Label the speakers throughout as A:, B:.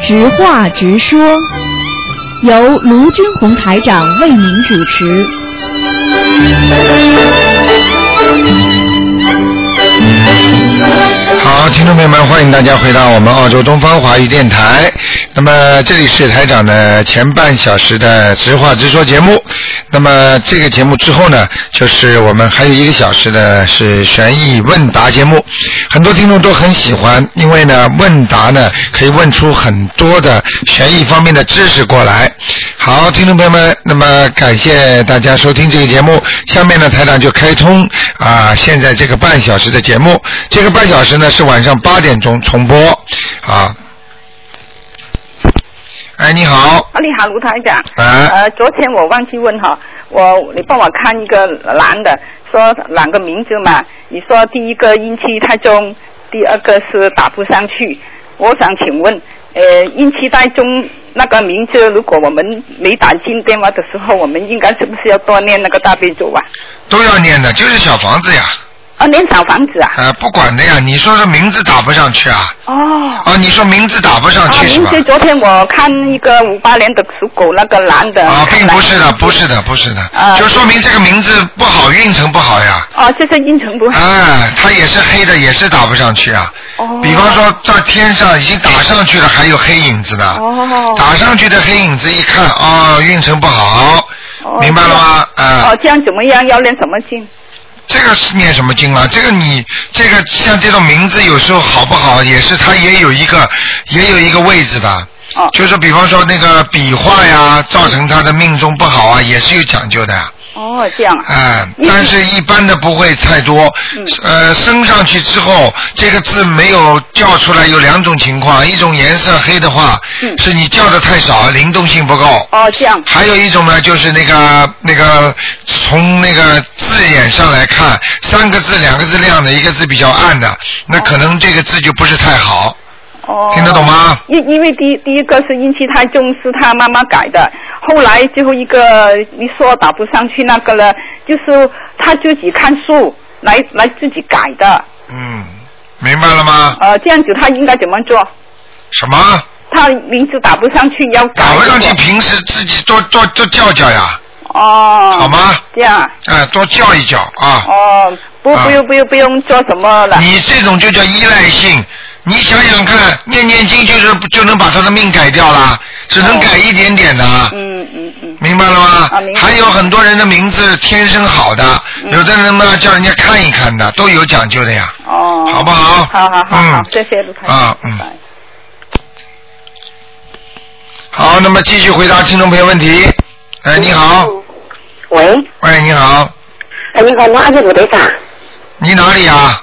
A: 直话直说，由卢军红台长为您主持。
B: 好，听众朋友们，欢迎大家回到我们澳洲东方华语电台。那么这里是台长的前半小时的直话直说节目。那么这个节目之后呢，就是我们还有一个小时的是悬疑问答节目。很多听众都很喜欢，因为呢，问答呢可以问出很多的悬疑方面的知识过来。好，听众朋友们，那么感谢大家收听这个节目。下面呢，台长就开通啊、现在这个半小时的节目。这个半小时呢是晚上八点钟重播啊。哎，你好，
C: 啊，你好，卢台长。
B: 哎
C: 呃，昨天我忘记问哈，我你帮我看一个男的，说两个名字嘛，你说第一个阴气太重，第二个是打不上去。我想请问，呃，阴气太重那个名字，如果我们没打进电话的时候，我们应该是不是要多念那个大悲咒啊？
B: 都要念的，就是小房子呀，
C: 啊，念小房子啊？
B: 啊，不管的呀。你说是名字打不上去啊？
C: 哦。
B: 哦，你说名字打不上
C: 啊，
B: 去是
C: 名
B: 吧？
C: 字昨天我看一个五八年的属狗那个男的。
B: 啊，并不是的，不是的，不是的，
C: 啊
B: 就说明这个名字不好，运程不好呀。
C: 哦，这是阴沉不好。
B: 啊，他也是黑的，也是打不上去啊。
C: 哦。
B: 比方说，在天上已经打上去了，还有黑影子呢。
C: 哦
B: 打上去的黑影子一看，哦，运程不好，
C: 哦
B: 明白了吗？啊、
C: 哦，这样怎么样？要练什么经？
B: 这个是念什么经啊？这个你这个像这种名字有时候好不好，也是它也有一个也有一个位置的。
C: 哦
B: 就是比方说那个笔画呀，造成他的命中不好啊，也是有讲究的呀。
C: 哦，这样啊。
B: 哎，但是一般的不会太多。
C: 嗯
B: 呃，升上去之后，这个字没有叫出来，有两种情况：一种颜色黑的话，
C: 嗯
B: 是你叫的太少，灵动性不够；
C: 哦，这样。
B: 还有一种呢，就是那个那个从那个字眼上来看，三个字、两个字亮的，一个字比较暗的，那可能这个字就不是太好。
C: 哦。
B: 听得懂吗？
C: 因因为第一第一个是阴气太重，是他妈妈改的。后来最后一个你说打不上去那个呢，就是他自己看书来来自己改的。
B: 嗯，明白了吗？
C: 呃，这样子他应该怎么做？
B: 什么？
C: 他名字打不上去要改。
B: 打不上去，平时自己多多多叫叫呀，
C: 哦。
B: 好？吗？
C: 这样啊。
B: 哎、多叫一叫啊。
C: 哦，不
B: 啊
C: 不用不用不用做什么了。
B: 你这种就叫依赖性。你想想看，念念经就是就能把他的命改掉啦，只能改一点点的，
C: 嗯嗯嗯。
B: 明白了吗？
C: 啊明白
B: 还有很多人的名字天生好的，
C: 嗯
B: 有的人嘛叫人家看一看的，都有讲究的呀。
C: 哦。
B: 好不好
C: 好好好好
B: 嗯，
C: 谢谢卢台长。
B: 啊，嗯。
C: 拜
B: 好，那么继续回答听众朋友问题。哎，你好，
D: 嗯喂，
B: 喂，你好，
D: 哎，你好，我是卢队长，
B: 你哪里啊？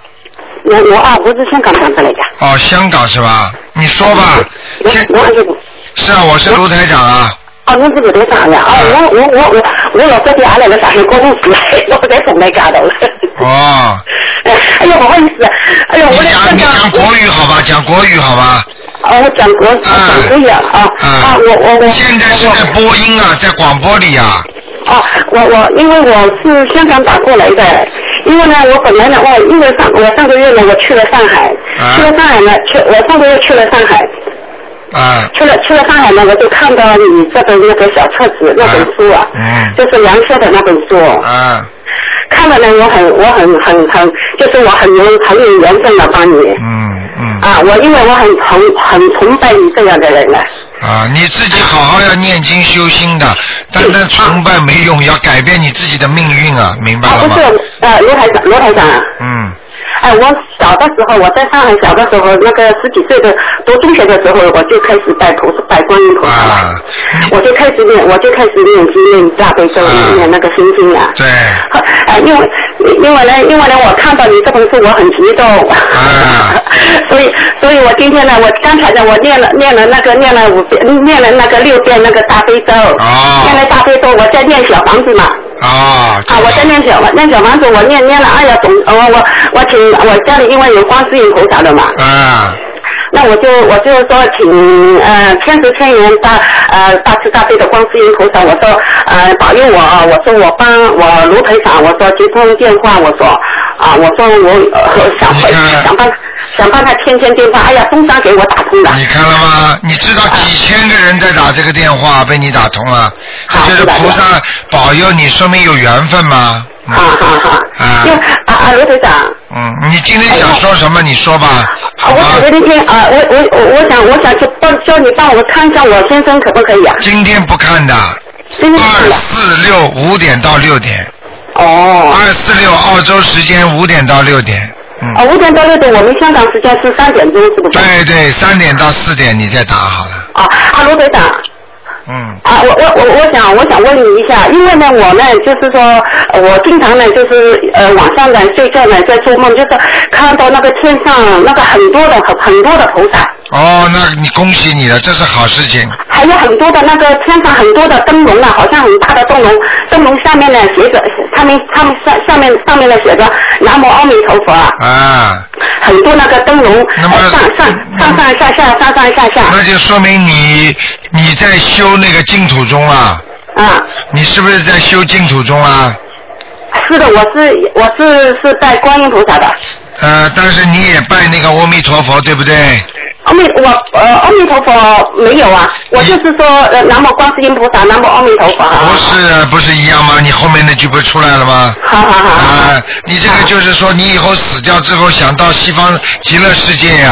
D: 我我啊，我是香港长过来的。
B: 哦，香港是吧？你说吧。
D: 我
B: 现
D: 我是卢，
B: 是啊，我是卢台长啊。
D: 哦，你是卢队长的啊？我我我我我老昨天俺来了，上海高中出来， 我在上海干到了。
B: 哦，
D: 哎呀，不好意思，哎呀，
B: 你
D: 我来
B: 讲
D: 香
B: 你讲
D: 港，
B: 国语好吧？讲国语好吧？
D: 哦，我讲国
B: 啊
D: 讲国语啊
B: 啊
D: 啊，我我我
B: 现在是在播音啊，在广播里啊。
D: 哦，我我因为我是香港打过来的，因为呢，我本来呢，我因为上我上个月呢，我去了上海，
B: 啊
D: 去了上海呢，去我上个月去了上海，
B: 啊
D: 去了去了上海呢，我就看到你这本那个小册子那本书啊，
B: 嗯
D: 就是梁硕的那本书，
B: 啊
D: 看了呢，我很我很很很，就是我很有很有缘分的帮你。
B: 嗯嗯
D: 啊，我因为我很崇很崇拜你这样的人呢，
B: 啊！你自己好好要念经修心的，单单崇拜没用，要改变你自己的命运啊，明白
D: 啊
B: 了
D: 不
B: 吗
D: 是？呃罗台长罗台长啊，
B: 嗯
D: 哎，我小的时候，我在上海小的时候，那个十几岁的读中学的时候，我就开始拜菩萨拜观音菩萨了，
B: 啊，
D: 我就开始念，我就开始念经念大悲咒，
B: 啊
D: 念那个心经啊。
B: 对
D: 哎，因为因为呢，因为呢，我看到你这本书，我很激动。
B: 啊
D: 所以，所以我今天呢，我刚才呢，我念了念了那个念了五遍，念了那个六遍那个大悲咒。
B: 哦
D: 念了大悲咒，我在念小房子嘛。
B: 啊，
D: 啊，我在念小念小房子，我念念了，哎呀，总我我我请我家里因为有观世音菩萨的嘛，
B: 啊
D: 那我就我就说请呃千手千眼大呃大慈大悲的观世音菩萨，我说呃保佑我啊，我说我帮我卢台长，我说接通电话，我说啊，我说我、呃、想
B: 你看
D: 想办想办法天天电话，哎呀，终章给我打通了。
B: 你看了吗？你知道
D: 啊
B: 几千个人在打这个电话，被你打通了，这
D: 好
B: 就是
D: 啊知道
B: 菩萨保佑你，说明有缘分吗？
D: 啊哈哈，
B: 啊
D: 因为啊啊，罗队长，
B: 嗯，你今天想说什么？你说吧，
D: 啊
B: 好
D: 我
B: 吧
D: 想。那天啊，我我我我想我想去帮叫你帮我看一下我先生可不可以啊？
B: 今天不看的，
D: 真的是
B: 二
D: 的，
B: 四六五点到六点，
D: 哦，
B: 二四六澳洲时间五点到六点，嗯，
D: 啊，五点到六点，我们香港时间是三点钟，是不是？
B: 对对，三点到四点你再打好了，
D: 啊啊，罗队长，
B: 嗯，
D: 啊，我我我我想我想问你一下，因为呢，我呢就是说，呃我经常呢就是呃晚上呢睡觉呢在做梦，就是看到那个天上那个很多的很很多的菩萨，
B: 哦，那你恭喜你了，这是好事情，
D: 还有很多的那个天上很多的灯笼啊，好像很大的灯笼，灯笼下面呢写着，他们他们上上面上面呢写着南无阿弥陀佛啊，
B: 啊，
D: 很多那个灯笼
B: 那么嗯
D: 呃上上上上下下上上下下
B: 那就说明你你在修那个净土宗啊，
D: 啊。
B: 你是不是在修净土宗啊？
D: 是的，我是我是是拜观音菩萨的。
B: 呃，但是你也拜那个阿弥陀佛，对不对？
D: 阿弥我呃阿弥陀佛没有啊，我就是说呃南无观世音菩萨，南无阿弥陀佛啊。
B: 不是不是一样吗？你后面那句不是出来了吗？
D: 好好好好
B: 啊，你这个就是说，你以后死掉之后想到西方极乐世界呀、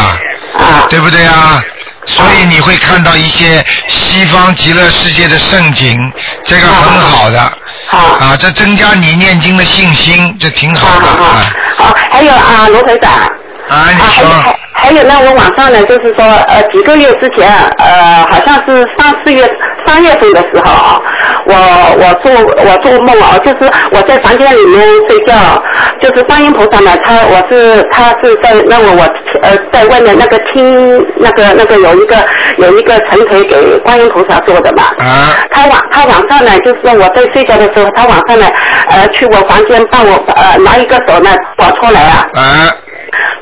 D: 啊
B: 对不对啊？所以你会看到一些西方极乐世界的盛景，这个很好的
D: 好
B: 啊，这增加你念经的信心，这挺
D: 好
B: 好的
D: 好
B: 啊
D: 好，好还有啊罗台长。
B: 啊！你
D: 啊，还有
B: 说
D: 还还有呢，我晚上呢，就是说，呃，几个月之前，呃，好像是三四月三月份的时候啊，我我做我做梦啊，就是我在房间里面睡觉，就是观音菩萨呢，他我是他是在让我我呃在外面那个厅那个那个有一个有一个陈腿给观音菩萨做的嘛，
B: 啊
D: 他晚他晚上呢，就是说我在睡觉的时候，他晚上呢，呃，去我房间帮我呃拿一个手呢跑出来啊，
B: 啊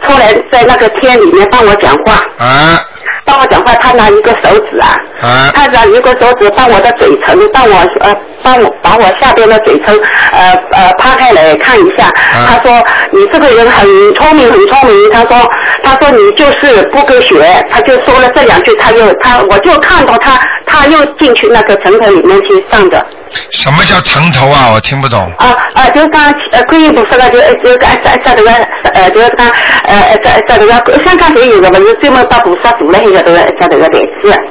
D: 出来在那个天里面帮我讲话，
B: 啊
D: 帮我讲话，他拿一个手指啊，
B: 啊
D: 他拿一个手指把我的嘴唇，帮我呃，帮我把我下边的嘴唇呃呃扒开来看一下，他说你这个人很聪明，很聪明，他说他说你就是不科学，他就说了这两句，他又他我就看到他他又进去那个城头里面去上的。
B: 什么叫城头啊？我听不懂。
D: 啊啊，就是讲呃，观音菩萨个就就是讲在在这个呃，就是讲呃在在这个香港这有个不是专门把菩萨做了一个这个在这个台子，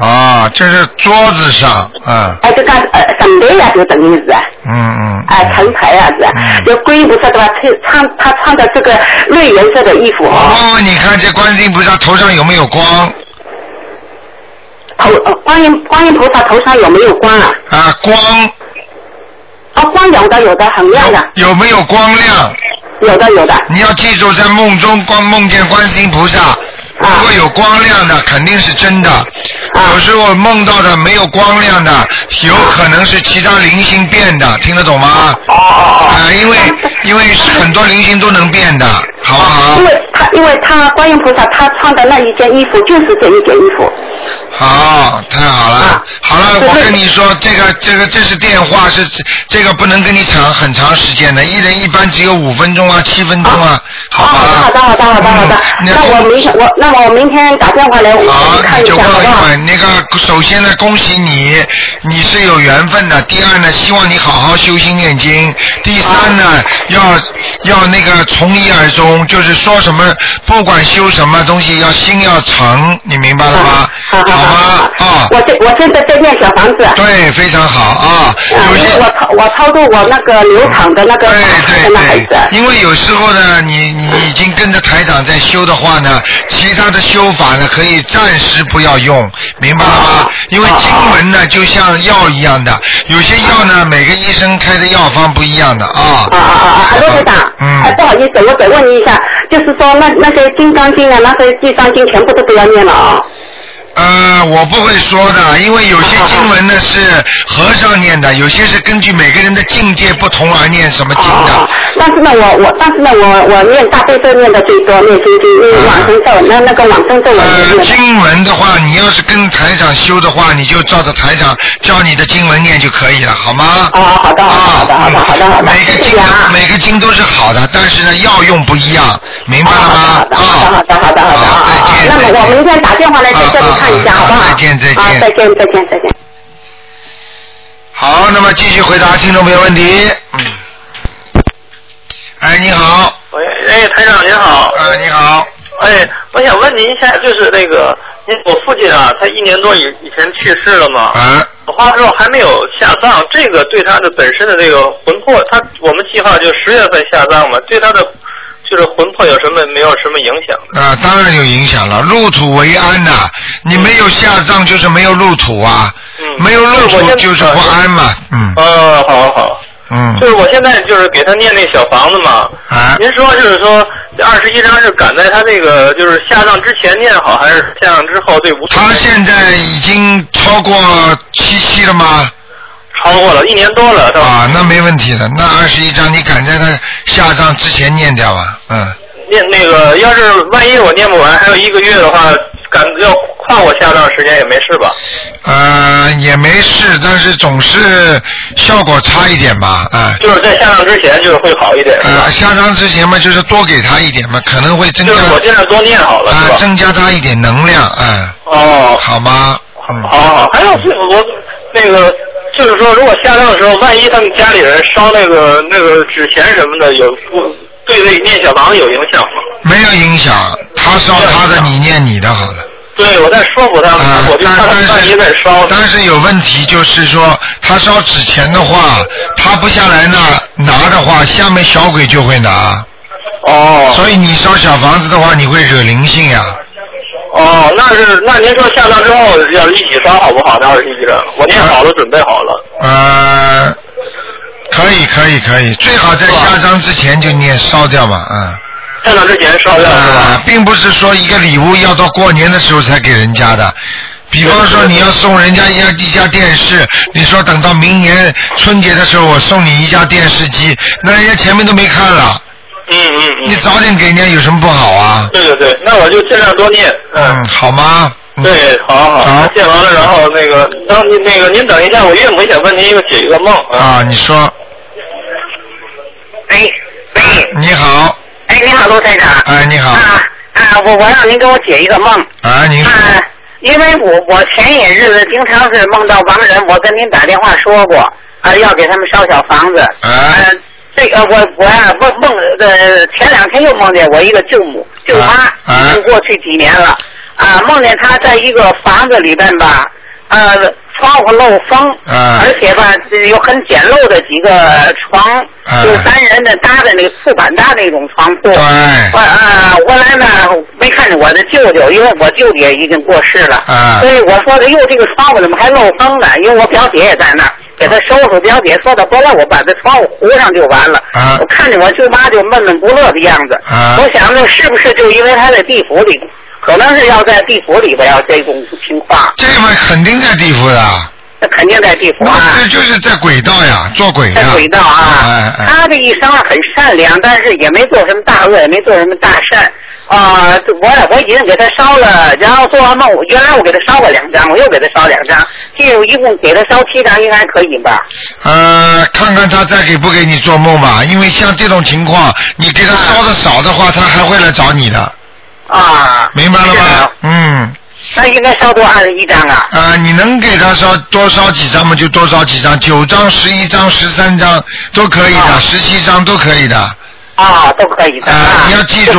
B: 啊，就是桌子上，嗯
D: 啊就讲呃神台呀，就等于是啊，
B: 嗯嗯。
D: 啊
B: 嗯
D: 陈台呀是啊，就观音菩萨对吧？穿穿他穿的这个绿颜色的衣服
B: 我
D: 哦，
B: 问问你看，这观世音菩萨头上有没有光？
D: 头呃观音观音菩萨头上有没有光啊？
B: 啊，光
D: 啊，光有的有的，很亮的，
B: 有没有光亮？
D: 有的有的，啊
B: 你要记住，在梦中光梦见观世音菩萨，如果有光亮的，肯定是真的。有时候梦到的没有光亮的，有可能是其他灵性变的，听得懂吗？
D: 哦哦
B: 啊，因为因为是很多灵性都能变的，好不好
D: 因？为他因为他观音菩萨他穿的那一件衣服就是这一件衣服。
B: 好，太好了
D: 啊，
B: 好了，
D: 对
B: 我跟你说，这个这个这是电话，是这个不能跟你讲很长时间的，一人一般只有五分钟啊，七分钟啊，好吧？
D: 好的，好的，好的，好的。
B: 嗯
D: 那我明天我那我明天打电话来，
B: 好
D: 我，看
B: 你
D: 一
B: 就
D: 下，
B: 问
D: 好不
B: 一
D: 好？
B: 问那个，首先呢，恭喜你，你是有缘分的。第二呢，希望你好好修心念经。第三呢，
D: 啊
B: 要要那个从一而终，就是说什么，不管修什么东西，要心要诚，你明白了吗？
D: 啊好好
B: 吗
D: 好？
B: 啊、
D: 我这我现在在念小房子，
B: 对，非常好啊。有
D: 因
B: 些
D: 为我操我操作我那个流产的那个
B: 对
D: 的那孩
B: 对
D: 子
B: 对，，因为有时候呢，你你已经跟着台长在修的话呢，其他的修法呢可以暂时不要用，明白了吗
D: 啊？
B: 因为经文
D: 哦
B: 呢就像药一样的，有些药呢每个医生开的药方不一样的啊
D: 啊。啊啊啊！罗队长，
B: 嗯
D: 哎，不好意思，我再问你一下，就是说那那些金刚经啊，那些地藏经全部都不要念了啊、
B: 呃，我不会说的，因为有些经文呢是和尚念的，有些是根据每个人的境界不同而念什么经
D: 哦
B: 的。，
D: 但是呢，我我但是呢，我我念大悲咒念的最多，念心经，因为往生咒，那那个往生咒我也
B: 呃，
D: 念的。
B: 经文的话，你要是跟台长修的话，你就照着台长教你的经文念就可以了，好吗？
D: 哦，好的，
B: 啊，
D: 好的，好的，好的，好的，好
B: 嗯
D: 的
B: 每个
D: 谢
B: 经
D: 谢
B: 都
D: 啊。
B: 每个经都是好的，但是呢，药用不一样，明白了吗啊
D: 好？的，好的，好的，好的，好的，
B: 好
D: 啊
B: 再见
D: 啊
B: 再
D: 那么我
B: 见
D: 明天打电话来再叫你看一
B: 啊
D: 下，
B: 啊
D: 好不好？
B: 再见再见
D: 啊，再见，再见，再见。
B: 好，那么继续回答听众朋友问题。嗯。哎，你好，
E: 喂，哎，台长您好。
B: 呃，你好，
E: 哎，我想问您一下，就是那个，因为我父亲啊，他一年多以以前去世了嘛，
B: 啊，
E: 火化之后还没有下葬，这个对他的本身的这个魂魄，他我们计划就十月份下葬嘛，对他的就是魂魄有什么没有什么影响的？
B: 啊，当然有影响了，入土为安呐、你没有下葬就是没有入土啊，
E: 嗯
B: 没有入
E: 对我
B: 土
E: 现
B: 就是不安嘛，嗯
E: 呃，好好好，就
B: 嗯，
E: 是我现在就是给他念那小房子嘛。
B: 啊，
E: 您说就是说，这二十一章是赶在他这个就是下葬之前念好，还是下葬之后对无所谓
B: 他现在已经超过七期了吗？
E: 超过了一年多了，是吧？
B: 啊，那没问题的，那二十一章你赶在他下葬之前念掉啊，嗯，
E: 念那个，要是万一我念不完，还有一个月的话，赶要跨过下葬时间也没事吧？
B: 呃，也没事，但是总是效果差一点吧，啊、
E: 就是在下葬之前，就是会好一点，是吧
B: 呃，？下葬之前嘛，就是多给他一点嘛，可能会增加
E: 就是我
B: 啊、
E: 尽量多念好了，是吧？
B: 增加他一点能量，啊、
E: 哦，
B: 好吗？嗯，
E: 好好好。还有就是我那个，就是说，如果下葬的时候，万一他们家里人烧那个那个纸钱什么的，有不对这念小房子有影响吗？
B: 没有影响，他烧他的，
E: 没有影响
B: 你念你的好了。
E: 对，我在说服他们，
B: 啊、
E: 我就
B: 但
E: 怕他
B: 但
E: 们万一
B: 是
E: 再烧。
B: 但是哦有问题，就是说他烧纸钱的话，他不下来呢拿的话，下面小鬼就会拿。
E: 哦，
B: 所以你烧小房子的话，你会惹灵性呀、
E: 哦，那是那您说下葬之后要一起烧好不好？那二十一张，我念好了，准备好了。
B: 呃，可以可以可以，最好在
E: 是吧
B: 下葬之前就念烧掉嘛，嗯。
E: 下葬之前烧掉是
B: 啊
E: 吧？，
B: 并不是说一个礼物要到过年的时候才给人家的。比方说你要送人家一家一家电视，你说等到明年春节的时候我送你一家电视机，那人家前面都没看了，
E: 嗯嗯
B: 你
E: 嗯，
B: 早点给人家有什么不好啊？
E: 对对对，那我就尽量多念。
B: 嗯，，好吗？嗯，
E: 对，好好
B: 好
E: 那念完了，然后那个，然后您那个您等一下，我岳母也想问您一个解一个梦。
B: 啊，你说，
F: 哎，喂，
B: 你好，
F: 哎，你好，罗台长。
B: 哎，你好，
F: 啊啊，我我让您给我解一个梦。
B: 啊，您
F: 啊
B: 说，，
F: 因为我我前些日子经常是梦到亡人，我跟您打电话说过，啊，要给他们烧小房子。
B: 哎
F: 呃，这个我我呀、梦梦呃前两天又梦见我一个舅母舅妈
B: 啊，啊
F: 已经过去几年了，啊，梦见她在一个房子里边吧，呃，窗户漏风，
B: 啊
F: 而且吧这有很简陋的几个床，
B: 啊
F: 就是单人的搭的那个铺板搭那种床铺，
B: 对，
F: 我啊，我来呢没看见我的舅舅，因为我舅舅也已经过世了，
B: 啊
F: 所以我说的，哟，这个窗户怎么还漏风呢？因为我表姐也在那儿，给她收拾。表姐说的，回来我把这窗户糊上就完了。
B: 啊
F: 我看见我舅妈就闷闷不乐的样子，
B: 啊
F: 我想着是不是就因为她在地府里，可能是要在地府里边要这种情况，
B: 这个肯定在地府的，
F: 那肯定在地府啊。
B: 那这就是在轨道呀，做鬼
F: 在
B: 呀，
F: 轨道
B: 哎
F: 啊，
B: 哎。
F: 他这一生很善良，但是也没做什么大恶，也没做什么大善。啊、我我已经给他烧了，然后做完梦，我原来我给他烧过两张，我又给他烧两张，这一共给他烧七张，应该可以吧？
B: 呃，看看他再给不给你做梦吧，因为像这种情况，你给他烧的少的话，他还会来找你的，
F: 啊，
B: 明白了
F: 是
B: 吗
F: 的？
B: 嗯，
F: 那应该烧多二十一张啊。
B: 啊，你能给他烧多烧几张嘛，就多烧几张，九张、十一张、十三张都可以的，
F: 啊
B: 十七张都可以的。
F: 啊，都可以的。
B: 啊，你要记住，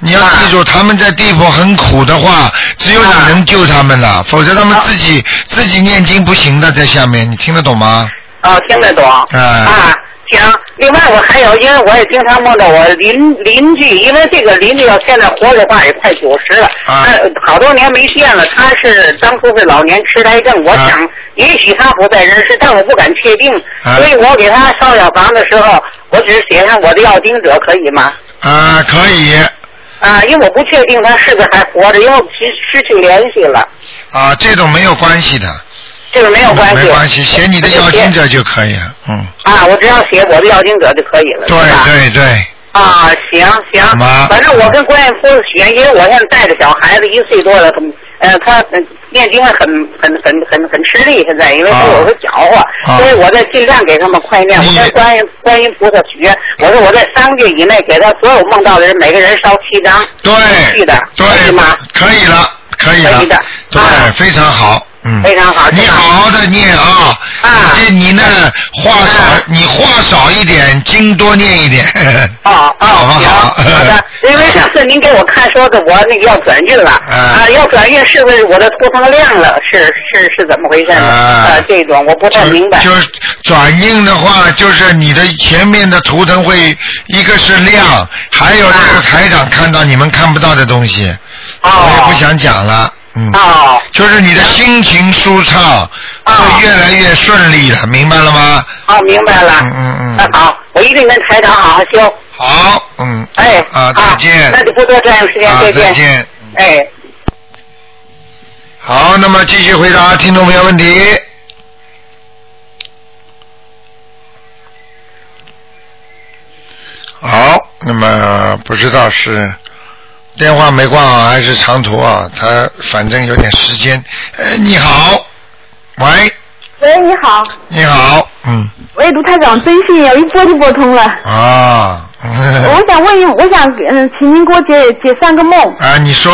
B: 你要记
F: 啊
B: 住，他们在地府很苦的话，只有你能救他们
F: 啊
B: 了，否则他们自己自己念经不行的，在下面，你听得懂吗？
F: 哦，听得懂。
B: 嗯
F: 啊，行。另外，我还有，因为我也经常梦到我邻邻居，因为这个邻居要现在活的话也快九十了，
B: 啊
F: 呃好多年没见了。他是当初是老年痴呆症，我
B: 啊
F: 想、也许他不在人世，但我不敢确定，
B: 啊
F: 所以我给他烧小房的时候，我只是写上我的要经者，可以吗？
B: 啊，可以，
C: 啊，因为我不确定他是不是还活着，因为失失去联系了，
B: 啊，这种没有关系的，
C: 这个没有关系。
B: 没关系，写你的
C: 我
B: 要
C: 就写
B: 经者就可以了，嗯，
C: 啊，我只要写我的要经者就可以了，
B: 对
C: 是吧？
B: 对对，
C: 啊，
B: 嗯
C: 行行
B: 妈，
C: 反正我跟观音夫子许愿，因为我现在带着小孩子一岁多了，很呃，他呃念经很很很很很吃力，现在因为他有时候搅和，
B: 啊
C: 所以我在尽量给他们快念。我
B: 你
C: 跟观音观音菩萨许愿，我说我在三个月以内给他所有梦到的人每个人烧七张，
B: 对
C: 是的，可以吗
B: 对，可以了，可以了，
C: 可以的
B: 对，
C: 啊
B: 非常好，嗯，
C: 非常好
B: 你
C: 是吧
B: 好好的念啊，
C: 啊
B: 你这你呢话少
C: 啊，
B: 你话少一点，经多念一点，
C: 哦哦，
B: 好不
C: 行，
B: 好
C: 好 的，因为上次您给我看说的，我那个要转运了，
B: 嗯
C: 啊，要转运是不是我的图腾亮了？是是是怎么回事呢？
B: 啊
C: 呃，这种我不太明白。
B: 就是转印的话，就是你的前面的图腾会，一个是亮，还有那个台长看到你们看不到的东西，我也
C: 啊哦
B: 不想讲了，嗯，
C: 哦
B: 就是你的心情舒畅，
C: 啊
B: 会越来越顺利的，明白了吗？
C: 哦，明白了。
B: 嗯嗯
C: 那
B: 嗯，
C: 好，我一定跟台长好好修。
B: 好，嗯，
C: 哎，
B: 啊，再
C: 好
B: 见，
C: 那就不多占用时间，
B: 啊，
C: 再
B: 再
C: 见。
B: 见。
C: 哎。
B: 好，那么继续回答听众朋友问题。好，那么不知道是电话没挂好还是长途啊？他反正有点时间。哎，你好，喂，
D: 喂，你好，
B: 你好，嗯，
D: 喂，卢台长，真幸运，一拨就拨通了。
B: 啊，
D: 我想问一，我想嗯，请您给我解解三个梦。
B: 啊，你说，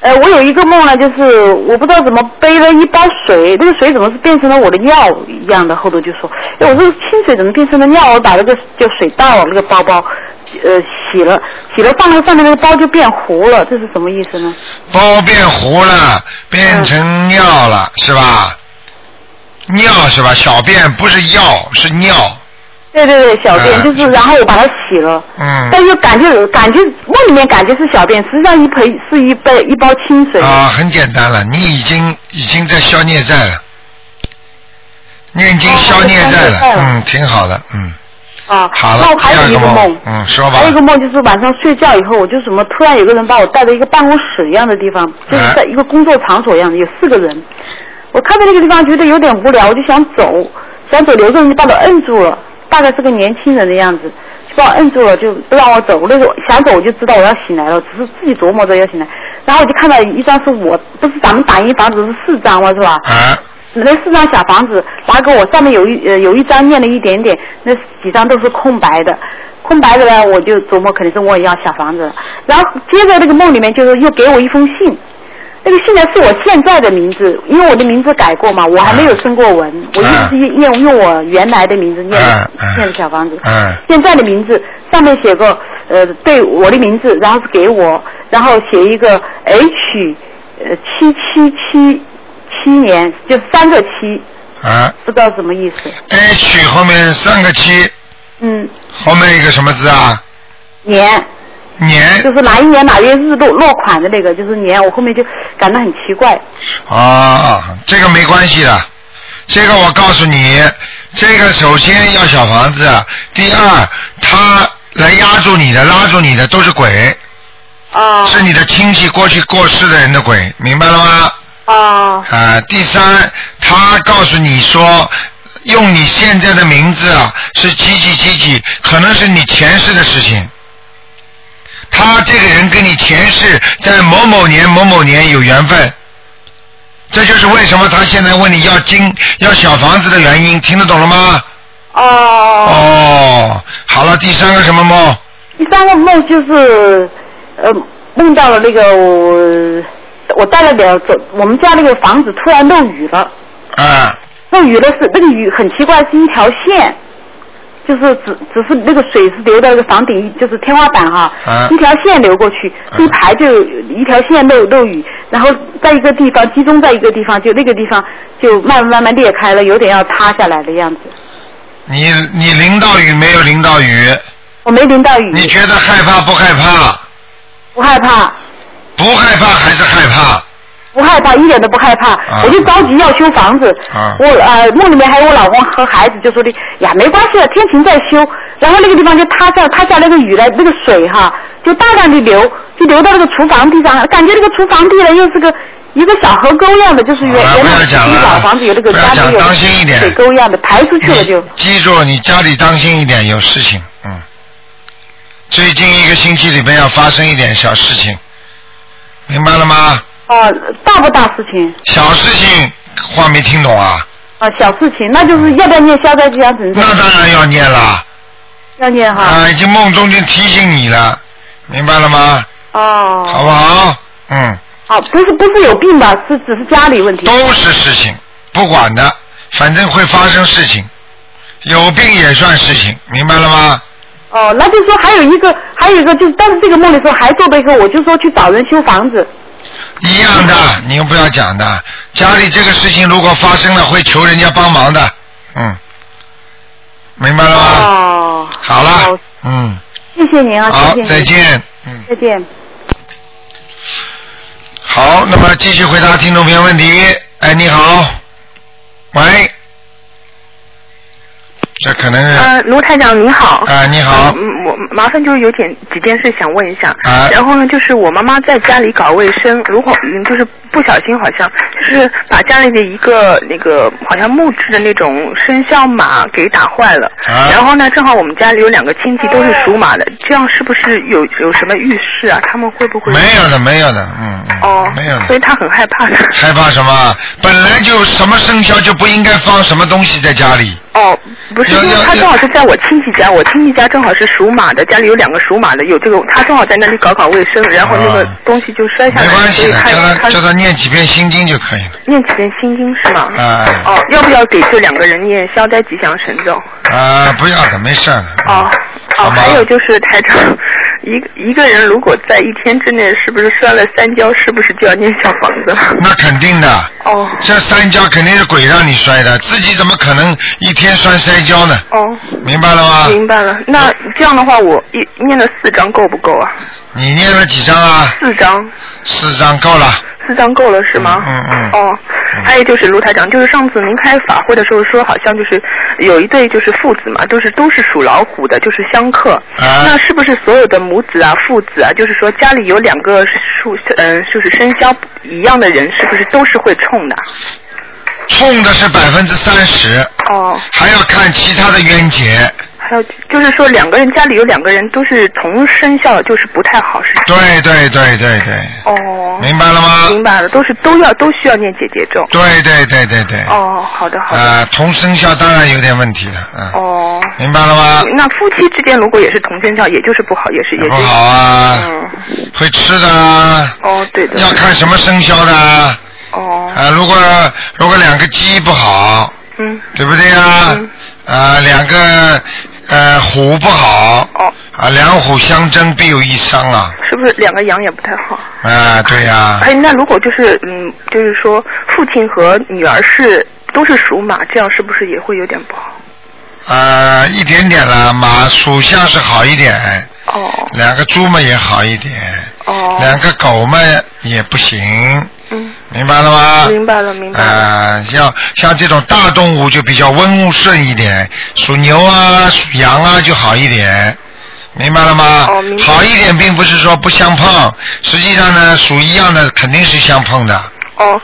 D: 呃，我有一个梦呢，就是我不知道怎么背了一包水，那个水怎么是变成了我的尿一样的？后头就说，哎，我这个清水怎么变成了尿？我把那个就水倒了，那个包包，呃，洗了，洗了放在上面，那个包就变糊了，这是什么意思呢？
B: 包变糊了，变成尿了，是吧？尿是吧？小便不是药，是尿。
D: 对对对，小便、
B: 嗯
D: 就是，然后我把它洗了，
B: 嗯。
D: 但又感觉感觉梦里面感觉是小便，实际上一盆是一杯一包清水。
B: 啊，很简单了，你已经已经在消孽债了，念经
D: 哦
B: 消孽债了，
D: 消孽债了
B: 嗯，挺好的，嗯，
D: 啊，
B: 好了
D: 那，我还
B: 第二
D: 有一
B: 个
D: 个梦，
B: 嗯，说吧
D: 还有，一个梦就是晚上睡觉以后，我就什么突然有个人把我带到一个办公室一样的地方，
B: 哎
D: 就是在一个工作场所一样的，有四个人。我看到那个地方觉得有点无聊，我就想走，想走，有个人就把我摁住了，大概是个年轻人的样子，就把我摁住了，就不让我走。我那时候想走，我就知道我要醒来了，只是自己琢磨着要醒来。然后我就看到一张是我，不是咱们打印房子是四张嘛，是吧？
B: 啊，
D: 那四张小房子拿给我，上面有一呃有一张念了一点点，那几张都是空白的。空白的呢，我就琢磨肯定是问我要小房子了。然后接着那个梦里面就是又给我一封信，那个信呢是我现在的名字，因为我的名字改过嘛，我还没有升过文，我一直用用我原来的名字念
B: 嗯嗯
D: 念的小房子。
B: 嗯，
D: 现在的名字上面写个呃对我的名字，然后是给我，然后写一个 H 呃七七七七年，就三个七，
B: 啊
D: 不知道什么意思。
B: ，H 后面三个七，
D: 嗯，
B: 后面一个什么字啊？
D: 年就
B: 年
D: 是哪一年哪月日落落款的那个，就是年，我后面就感到很奇怪。
B: 啊，这个没关系的，这个我告诉你，这个首先要小房子，啊第二他来压住你的、拉住你的都是鬼，
D: 啊
B: 是你的亲戚过去过世的人的鬼，明白了吗？
C: 哦
D: 啊
B: 啊，第三，他告诉你说，用你现在的名字啊，是几几几几，可能是你前世的事情。他这个人跟你前世在某某年某某年有缘分，这就是为什么他现在问你要金要小房子的原因，听得懂了吗？
D: 哦。
B: 哦，好了，第三个什么梦？
D: 第三个梦就是，呃，梦到了那个我我带了点走，我们家那个房子突然漏雨了。
B: 啊，
D: 漏雨的是那个雨很奇怪，是一条线，就是只只是那个水是流到那个房顶，就是天花板哈、
B: 啊
D: 一条线流过去，
B: 啊
D: 这一排就有一条线漏漏雨，然后在一个地方集中在一个地方，就那个地方就慢慢慢慢裂开了，有点要塌下来的样子。
B: 你你淋到雨没有淋到雨？
D: 我没淋到雨，
B: 你觉得害怕不害怕？
D: 不害怕，
B: 不害怕还是害怕？
D: 不害怕，一点都不害怕，
B: 啊
D: 我就着急要修房子。
B: 啊
D: 我呃梦里面还有我老公和孩子就说的呀，没关系的，天晴再修。然后那个地方就塌下塌下那个雨来，那个水哈
G: 就大量的流，就流到那个厨房地上，感觉那个厨房地呢又是个一个小河沟样的，就是原原
B: 好了啊不
G: 来
B: 要讲
G: 那
B: 了
G: 个老房子有那个
B: 不要
G: 家
B: 讲
G: 里有
B: 当心一点嗯
G: 水沟样的，排出去了就。
B: 记住，你家里当心一点，有事情，嗯。最近一个星期里面要发生一点小事情，明白了吗？
G: 啊，大不大事情
B: 小事情话没听懂啊？
G: 啊，小事情，那就是要不要念消灾吉祥神咒？
B: 那当然要念了
G: 要念哈。
B: 啊！已经梦中就提醒你了，明白了吗？
G: 哦。
B: 好不好？嗯，
G: 啊，不是不是有病吧？是只是家里问题。
B: 都是事情，不管的，反正会发生事情，有病也算事情，明白了吗？
G: 哦，那就说还有一个，还有一个就是，但是这个梦里说还做了一个，我就说去找人修房子。
B: 一样的，你又不要讲的。家里这个事情如果发生了，会求人家帮忙的。嗯，明白了吗？
G: 哦，
B: 好了，嗯，
G: 谢谢您啊，谢
B: 好
G: 谢，您
B: 再，见，嗯，
G: 再见。
B: 好，那么继续回答听众朋友问题。哎，你好，喂，这可能是，
C: 呃，卢台长您好。
B: 啊，你好，
C: 嗯，我麻烦就是有点几件事想问一下。
B: 啊
C: 然后呢，就是我妈妈在家里搞卫生，如果嗯，就是不小心好像就是把家里的一个那个好像木质的那种生肖马给打坏了。
B: 啊
C: 然后呢，正好我们家里有两个亲戚都是属马的，这样是不是有有什么预示啊？他们会不会？
B: 没有的，没有的，嗯，嗯
C: 哦，
B: 没有
C: 所
B: 的
C: 以。他很害怕的。
B: 害怕什么？本来就什么生肖就不应该放什么东西在家里。
C: 哦，不是，
B: 要
C: 因为
B: 要
C: 他
B: 要
C: 正好是在我亲戚家，我亲戚家正好是属马的，家里有两个属马的，有这个，他正好在那里搞搞卫生，然后那个
B: 啊
C: 东西就摔下
B: 没
C: 来，
B: 关
C: 所
B: 系
C: 以
B: 的，叫
C: 他
B: 他叫
C: 他
B: 他念几遍心经就可以了。
C: 念几遍心经是吗？
B: 哎
C: 哦，要不要给这两个人念消灾吉祥神咒？
B: 啊，不要的，没事儿的。
C: 哦
B: 好
C: 哦，
B: 吧
C: 还有就是台长，一个一个人如果在一天之内是不是摔了三跤，是不是就要念小房子了？
B: 那肯定的，
C: 哦
B: 这三跤肯定是鬼让你摔的，自己怎么可能一天摔三跤呢？
C: 哦，
B: 明白了吗？
C: 明白了。那这样的话，我一念了四张够不够啊？
B: 你念了几张啊？
C: 四张。
B: 四张够了。
C: 四张够了是吗？
B: 嗯嗯嗯
C: 哦，还有就是卢台长，就是上次您开法会的时候说，好像就是有一对就是父子嘛，就是都是属老虎的，就是相克。
B: 啊
C: 那是不是所有的母子啊、父子啊，就是说家里有两个属嗯、就是生肖一样的人，是不是都是会冲的？
B: 冲的是百分之三十，
C: 哦，
B: 还要看其他的冤结。
C: 还有就是说两个人家里有两个人都是同生肖，就是不太好是？
B: 对对对对对，
C: 哦，
B: 明白了吗？
C: 明白了，都是都要都需要念姐姐咒。
B: 对对对对对。
C: 哦，好的好的。
B: 啊，同生肖当然有点问题了，嗯，
C: 哦。
B: 明白了吗？
C: 那夫妻之间如果也是同生肖，也就是不好，也是也
B: 不
C: 是。
B: 好啊，
C: 嗯，
B: 会吃的啊，
C: 哦，对的。
B: 要看什么生肖的啊。
C: 哦，
B: 啊，如果如果两个鸡不好，
C: 嗯，
B: 对不对呀？啊，两个呃虎不好，
C: 哦，
B: 啊，两虎相争必有一伤啊，
C: 是不是两个羊也不太好？
B: 啊，对呀、
C: 哎，那如果就是嗯，就是说父亲和女儿是都是属马，这样是不是也会有点不好？
B: 啊，一点点啦，马属相是好一点，
C: 哦
B: 两个猪嘛也好一点，
C: 哦，
B: 两个狗嘛也不行，
C: 嗯，
B: 明白了吗？
C: 明白了明白了。
B: 啊，像像这种大动物就比较温顺一点，属牛啊、属羊啊就好一点，明白了吗？
C: 哦明白
B: 好一点并不是说不相碰，实际上呢，属一样的肯定是相碰的。
C: 哦，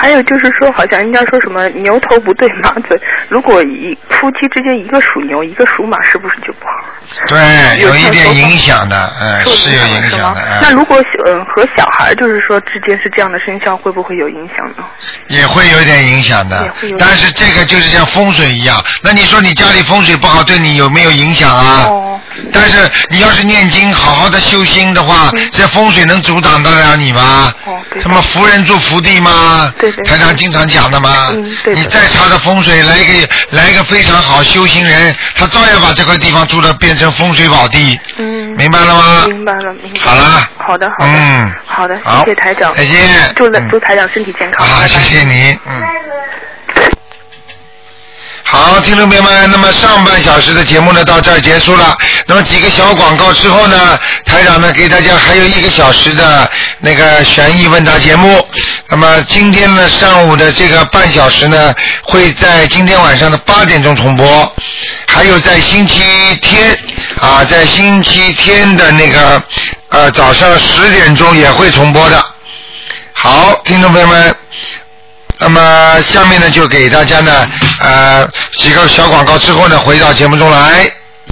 C: 还有就是说，好像人家说什么牛头不对马嘴，如果一夫妻之间一个属牛，一个属马，是不是就不好？
B: 对，
C: 有
B: 有一
C: 看
B: 点
C: 说
B: 影响的，嗯，
C: 受
B: 是有影
C: 是
B: 响
C: 吗
B: 的，？
C: 那
B: 嗯，
C: 如果嗯和小孩就是说之间是这样的生肖，会不会有影响呢？
B: 也会有一点影响
C: 也
B: 的
C: 会有。
B: 但是这个就是像风水一样，那你说你家里风水不好，对你有没有影响啊？
C: 哦，
B: 但是你要是念经，好好的修心的话，这风水能阻挡得了你吗？
C: 嗯哦对的
B: 什么福人住福地吗？
C: 对对对
B: 台长经常讲的嘛。
C: 嗯对的
B: 你再差的风水，来一个来一个非常好修行人，他照样把这块地方住的变成风水宝地，
C: 嗯，
B: 明白了吗？
C: 明白了，明白
B: 好
C: 了。
B: 啦
C: 好的，好的，
B: 嗯，
C: 好的，
B: 好
C: 谢谢台长，
B: 再见
C: 祝了
B: 嗯
C: 祝台长身体健康，
B: 啊，
C: 拜
B: 谢
C: 拜
B: 谢你，嗯。好，听众朋友们，那么上半小时的节目呢到这儿结束了。那么几个小广告之后呢，台长呢给大家还有一个小时的那个悬疑问答节目。那么今天呢上午的这个半小时呢，会在今天晚上的八点钟重播，还有在星期天啊，在星期天的那个呃，早上十点钟也会重播的。好，听众朋友们，那么下面呢就给大家呢呃几个小广告之后呢回到节目中来。